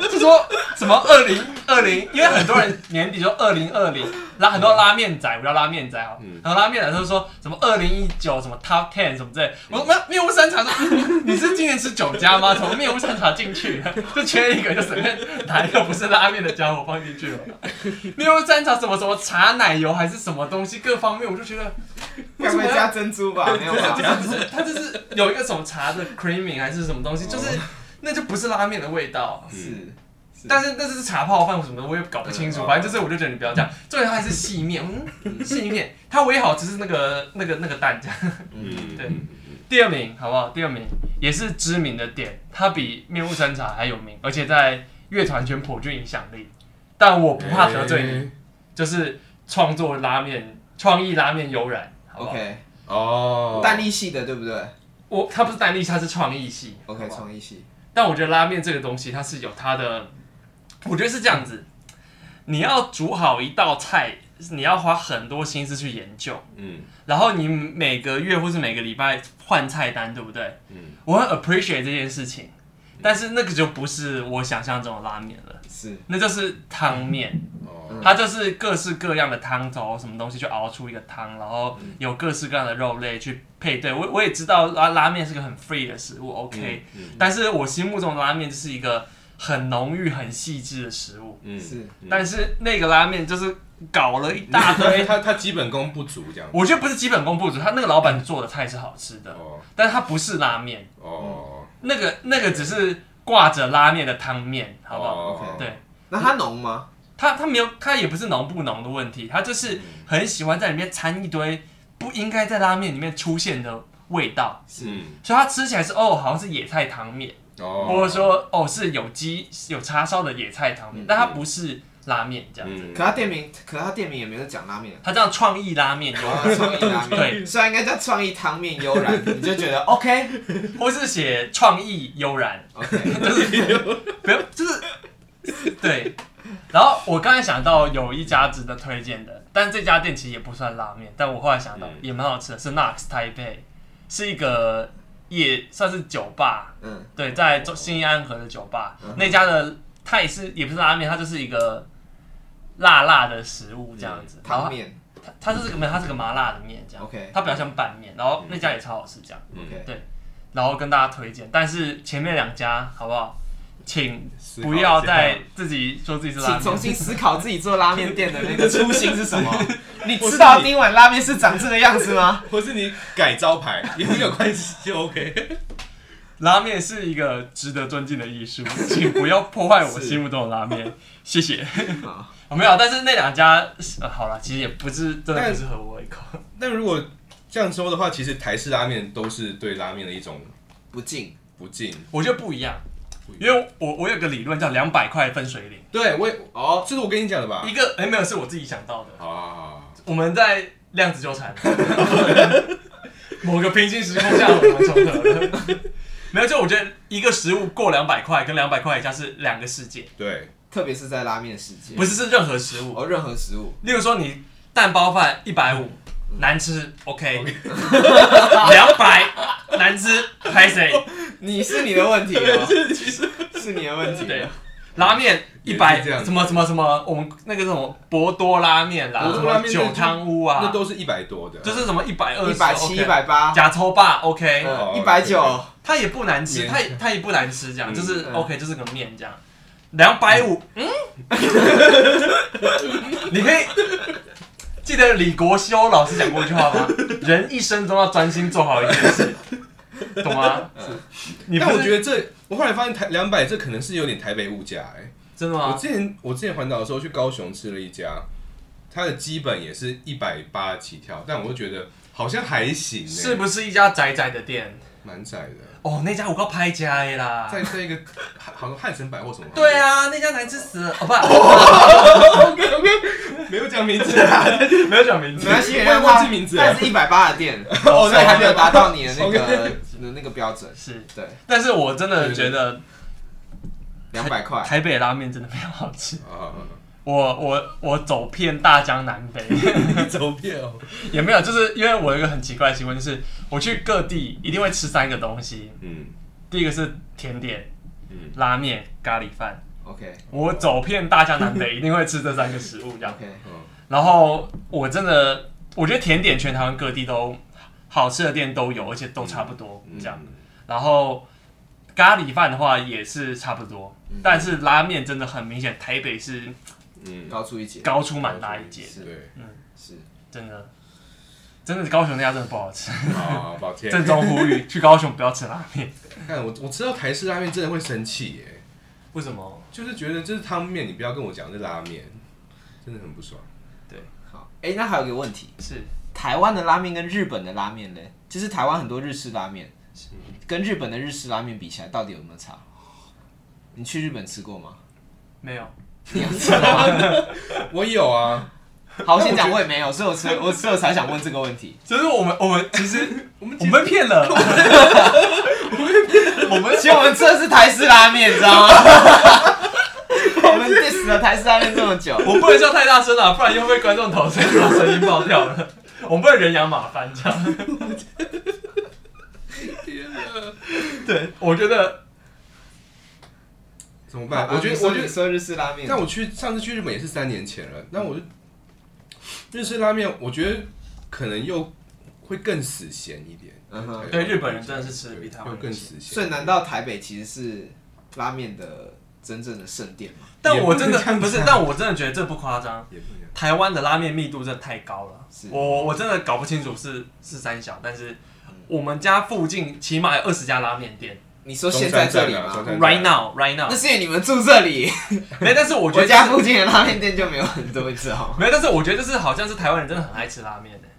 那 (laughs) 就说什么二零二零，因为很多人年底说二零二零，然后很多拉面仔，我叫拉面仔哦，然后拉面仔就说什么二零一九什么 top ten 什么之类，我说那面无山茶说 (laughs) 嗯你是今年吃酒家吗？从面无山茶进去就缺一个，就随便拿一个不是拉面的家伙放进去了。面无山茶什么什么茶奶油还是什么东西，各方面我就觉得该不会加珍珠 (laughs) 吧？没有吧？不是，它就是有一个什么茶的 creaming 还是什么东西，就是那就不是拉面的味 (laughs) 道，是但是哦那是茶泡饭什么的，我也搞不清楚。嗯反正就是我就觉得你不要这样，重点它还是细 (laughs) 面，嗯，细面它唯一好吃是那个那个那个蛋这样。嗯，对 (laughs) 第二名好不好？第二名也是知名的店，它比面雾山茶还有名，而且在乐团圈颇具影响力。但我不怕得罪你，欸就是创作拉面、创意拉面悠然，好不好 OK，哦，蛋力系的对不对我它不是蛋力，它是创意系。好？OK，不好创意系。但我觉得拉面这个东西，它是有它的，我觉得是这样子，你要煮好一道菜，你要花很多心思去研究，嗯然后你每个月或是每个礼拜换菜单，对不对？嗯，我很 appreciate 这件事情，但是那个就不是我想象中的拉面了，是那就是汤面，哦，它就是各式各样的汤头，什么东西去熬出一个汤，然后有各式各样的肉类去配对。我我也知道拉拉面是个很 free 的食物，OK，、嗯但是我心目中的拉面就是一个很浓郁、很细致的食物，嗯是，嗯但是那个拉面就是搞了一大因为堆。 (laughs) 他他基本功不足这样。我觉得不是基本功不足，他那个老板做的菜是好吃的，哦但它不是拉面，哦，那个那个只是挂着拉面的汤面，好不好？哦对那它浓吗？他他没有，他也不是浓不浓的问题，他嗯就是很喜欢在里面掺一堆不应该在拉面里面出现的味道，嗯所以它吃起来是哦，好像是野菜汤面。哦，或者说哦是有鸡有叉烧的野菜汤面，但它不是拉面这样。嗯可它店名，可它店名也没有讲拉面啊。它叫创意拉面，然后创意拉对面，虽然应该叫创意汤面悠然，你就觉得 OK 或是写创意悠然， OK，不要就是对。然后我刚才想到有一家值得推荐的，但这家店其实也不算拉面，但我后来想到嗯也蛮好吃的，是 Knox 台北，是一个夜算是酒吧，嗯，对，在中新义安和的酒吧、那家的，它也是也不是拉面，它就是一个辣辣的食物这样子，然后汤面它它就是个没有，它是个麻辣的面这嗯样 OK 它比较像拌面，然后那家也超好吃这样，啊嗯，OK，然后跟大家推荐，但是前面两家好不好？请思考不一下要再自己说自己是拉请重面，新思考自己做拉面店的那个初心是什么。你知道丁碗拉面是长这个样子吗？或是你改招牌 (laughs) 也没有关系，就 (laughs) OK。拉面是一个值得尊敬的艺术， (laughs) 请不要破坏我心目中的拉面，谢谢。好我 (laughs) 没有，但是那两家、呃、好了，其实也不是真的但不是合我胃口。但如果这样说的话，其实台式拉面都是对拉面的一种不敬，不敬。我觉得不一样，一因为我我有个理论叫两百块分水岭，对我也，哦，这是我跟你讲的吧？啊一个哎、没有是我自己想到的，好好好好，我们在量子纠缠，某个平行时空下我们重合了。没有，就我觉得一个食物过两百块跟两百块以下是两个世界，对，特别是在拉面世界，不是是任何食物。哦，任何食物，例如说你蛋包饭一百五难吃，OK，两百难吃，拍谁？你是你的问题哦，是你的问题哦对了。，拉面一也百是这样什么什么什么，我们那个什么博多拉面啦，博多拉面什么酒汤屋啊，那都是一百多的，就是什么一百二、一百七、一百八、嗯假抽霸 OK，哦一百九，它也不难吃，也它也它也不难吃，这样嗯就是嗯 OK，就是个面这样。两百五，嗯， (laughs) 你可以记得李国修老师讲过一句话 (laughs) 吗？人一生中要专心做好一件事，懂吗？你但不我是觉得这，我后来发现台两百这可能是有点台北物价哎、真的我吗？之前我之前环岛的时候去高雄吃了一家，它的基本也是一百八起跳，但我就觉得好像还行、欸，是不是一家窄窄的店？蛮窄的，哦，那家我告拍家的啦。在这一个 (laughs) 好像汉神百货什么？对，啊，那家难吃死了。哦没有讲名字 (laughs) 啊，不， (laughs) 没有讲名没字。关系，我也忘记名字了但是一百八的店，所哦以还没有达到你的那个 OK 的那个标准。是，对，但是我真的觉得两百块，台北拉面真的非常好吃。啊，我我我走遍大江南北，你走遍哦，也没有，就是因为我有一个很奇怪的习惯，就是我去各地一定会吃三个东西，嗯第一个是甜点，嗯，拉面、咖喱饭。 OK 我走遍大江南北，一定会吃这三个食物这样。 OK，然后我真的，我觉得甜点全台湾各地都好吃的店都有，而且都差不多嗯这样。，然后咖喱饭的话也是差不多，但是拉面真的很明显，台北是嗯，哦高出一截，高出蛮大一截，是对，是真的，真的高雄那家真的不好吃。啊，抱歉，郑重呼 (laughs) 吁，去高雄不要吃拉面。看我我吃到台式拉面真的会生气耶、欸为什么？就是觉得这是汤面，你不要跟我讲是拉面，真的很不爽。好。哎，那还有一个问题，是台湾的拉面跟日本的拉面嘞，就是台湾很多日式拉面，跟日本的日式拉面比起来，到底有没有差？你去日本吃过 (laughs) 吗？没有？你有吃过吗？我有啊，好，我先讲我也没有，所以我 (laughs) 吃我所以我才想问这个问题。就是我们我们 (laughs) 其实我们我们被骗了，我们其实我们吃的是台式拉面，你知 (laughs) 道吗？我们 diss 了台式拉面这么久，我不能笑太大声了，不然又被观众投诉，然后声音爆掉 (laughs) 了。我们不能人仰马翻这 (laughs) 样。对，我觉得怎么办？好我觉你得，说我觉你得，说日式拉面，但我去上次去日本也是三年前了，那我就日式拉面，我觉得可能又会更死咸一点。嗯哼对日本人真的是吃得比台湾又人更死咸。所以难道台北其实是拉面的真正的圣殿吗？但我真的也不能这样啊不是，讲但我真的觉得这不夸张。也不能台湾的拉面密度真的太高了是，我我真的搞不清楚是是三小，但是嗯我们家附近起码有二十家拉面店你说现在这里中山站啊中吗山？对，right now right now 那。是因为你们住这里，没，但是我 (laughs) 我觉得家附近的拉面店就没有很多，你知道吗？没有，但是我觉得就是好像是台湾人真的很爱吃拉面的，欸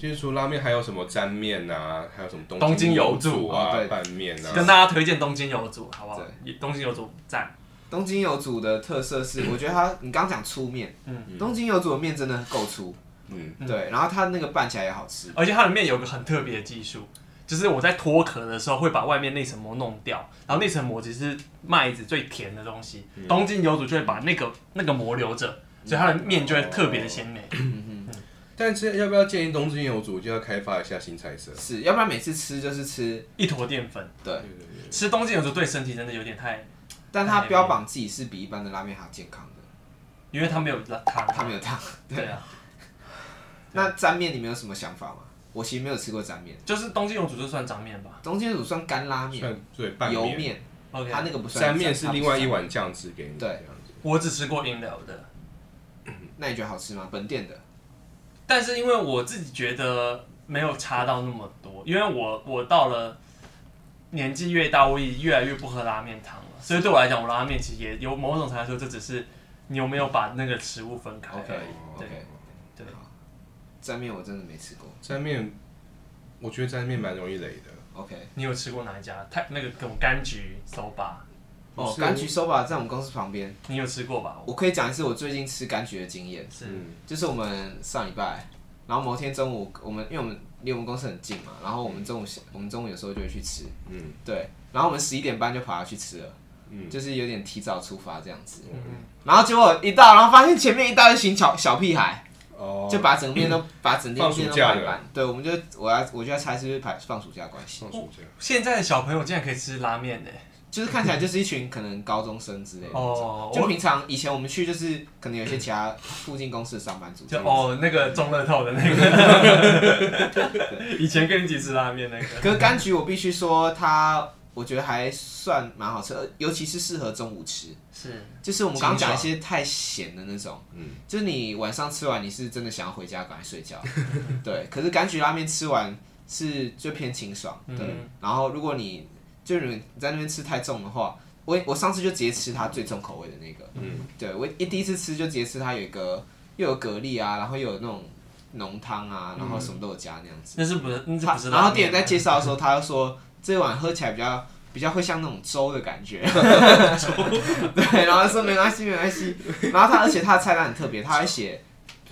其实除拉面还有什么沾面啊，还有什么东京京油柱柱哦啊对、拌面啊，跟大家推荐东京油煮好不好？东京油煮赞，东京有煮的特色是，我觉得它，你刚讲粗面，嗯东京有煮的面真的够粗，嗯嗯对，然后它那个拌起来也好吃，而且它的面有个很特别的技术，就是我在脱壳的时候会把外面那层膜弄掉，然后那层膜其实是麦子最甜的东西，嗯东京油主就会把那个那个膜留着，所以它的面就会特别的鲜美。但是要不要建议东京有主就要开发一下新菜色？是，要不然每次吃就是吃一坨淀粉，对，吃东京油主对身体真的有点太，但它标榜自己是比一般的拉面还要健康的，因为它没有糖，它没有烫。对啊，那沾面你们有什么想法吗？我其实没有吃过沾面，就是东京油主就算长面吧。东京煮算干拉面、算对拌油面，面， OK，它那个不算三面是另外一它碗酱汁给你，对这样子。啊我只吃过饮料的。不算。那你觉得好吃吗？本店的但是因为我自己觉得没有差到那么多，因为我我到了年纪越大，我也越来越不喝拉面汤了，所以对我来讲，我拉面其实也有某种程度来说，这只是你有没有把那个食物分开而已。 OK 对 OK，对，沾面我真的没吃过。沾面，我觉得沾面蛮容易累的。 OK，你有吃过哪一家？泰那个什么柑橘手把，哦，是柑橘手把在我们公司旁边，你有吃过吧？我可以讲一次我最近吃柑橘的经验。是嗯，就是我们上礼拜，然后某天中午，我们因为我们离我们公司很近嘛，然后我们中午我们中午有时候就会去吃，嗯，对，然后我们十一点半就跑下去吃了，嗯就是有点提早出发这样子，嗯然后结果一到，然后发现前面一大群小小屁孩，哦，就把整面 (clears throat) 都、把整店放暑面都假排了满，对，我们就我要我就要猜是不是排放暑假的关系，上暑假，现在的小朋友竟然可以吃拉面呢、就是看起来就是一群可能高中生之类的。哦，就我平常以前我们去，就是可能有些其他附近公司的上班族，就哦那个中乐透的那个， (laughs) 以前跟你一起吃拉面那个，可是柑橘我必须说它，我觉得还算蛮好吃，呃尤其是适合中午吃。是就是我们刚刚讲一些太咸的那种，嗯就是你晚上吃完你是真的想要回家赶快睡觉， (laughs) 对。可是柑橘拉面吃完是就偏清爽，对。嗯然后如果你就是你在那边吃太重的话，我我上次就直接吃它最重口味的那个，嗯，对我一第一次吃就直接吃它有一个又有蛤蜊啊，然后又有那种浓汤啊，然后什么都有加那样子。那是不是？那是他不是拉面啊？然后店员在介绍的时候，他就说这碗喝起来比较比较会像那种粥的感 (laughs) 觉。 (laughs) 对，然后说没关系没关系。然后他而且他的菜单很特别，他会写，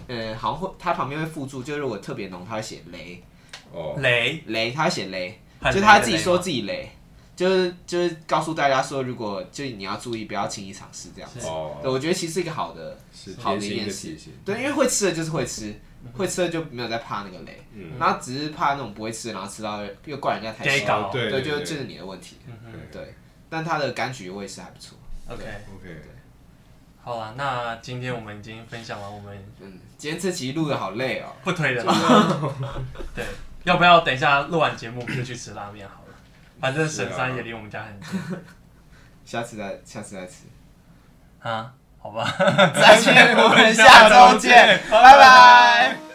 嗯，好像会他旁边会附注，就是如果特别浓，他会写雷哦，雷，雷，他会写雷，很就雷他的自己雷说吗自己雷，就是就是告诉大家说，如果就你要注意，不要轻易尝试这样子。对，哦，我觉得其实是一个好的是好贴的一心件的事提醒，，对，因为会吃的就是会吃，会吃的就没有在怕那个雷，嗯然后只是怕那种不会吃的，然后吃到又怪人家太给咸。搞，哦对对，就对这是你的问题。嗯哼对对，但它的柑橘味是还不错。 ，OK， ，OK，好了，那今天我们已经分享完我们嗯，今天这集录的好累哦。不推的了， (laughs) 对，要不要等一下录完节目我们就去吃拉面好了？反正是啊神山也离我们家很近下次再，下次再吃。啊，好吧。 (laughs) 再见，我们下周见，拜拜。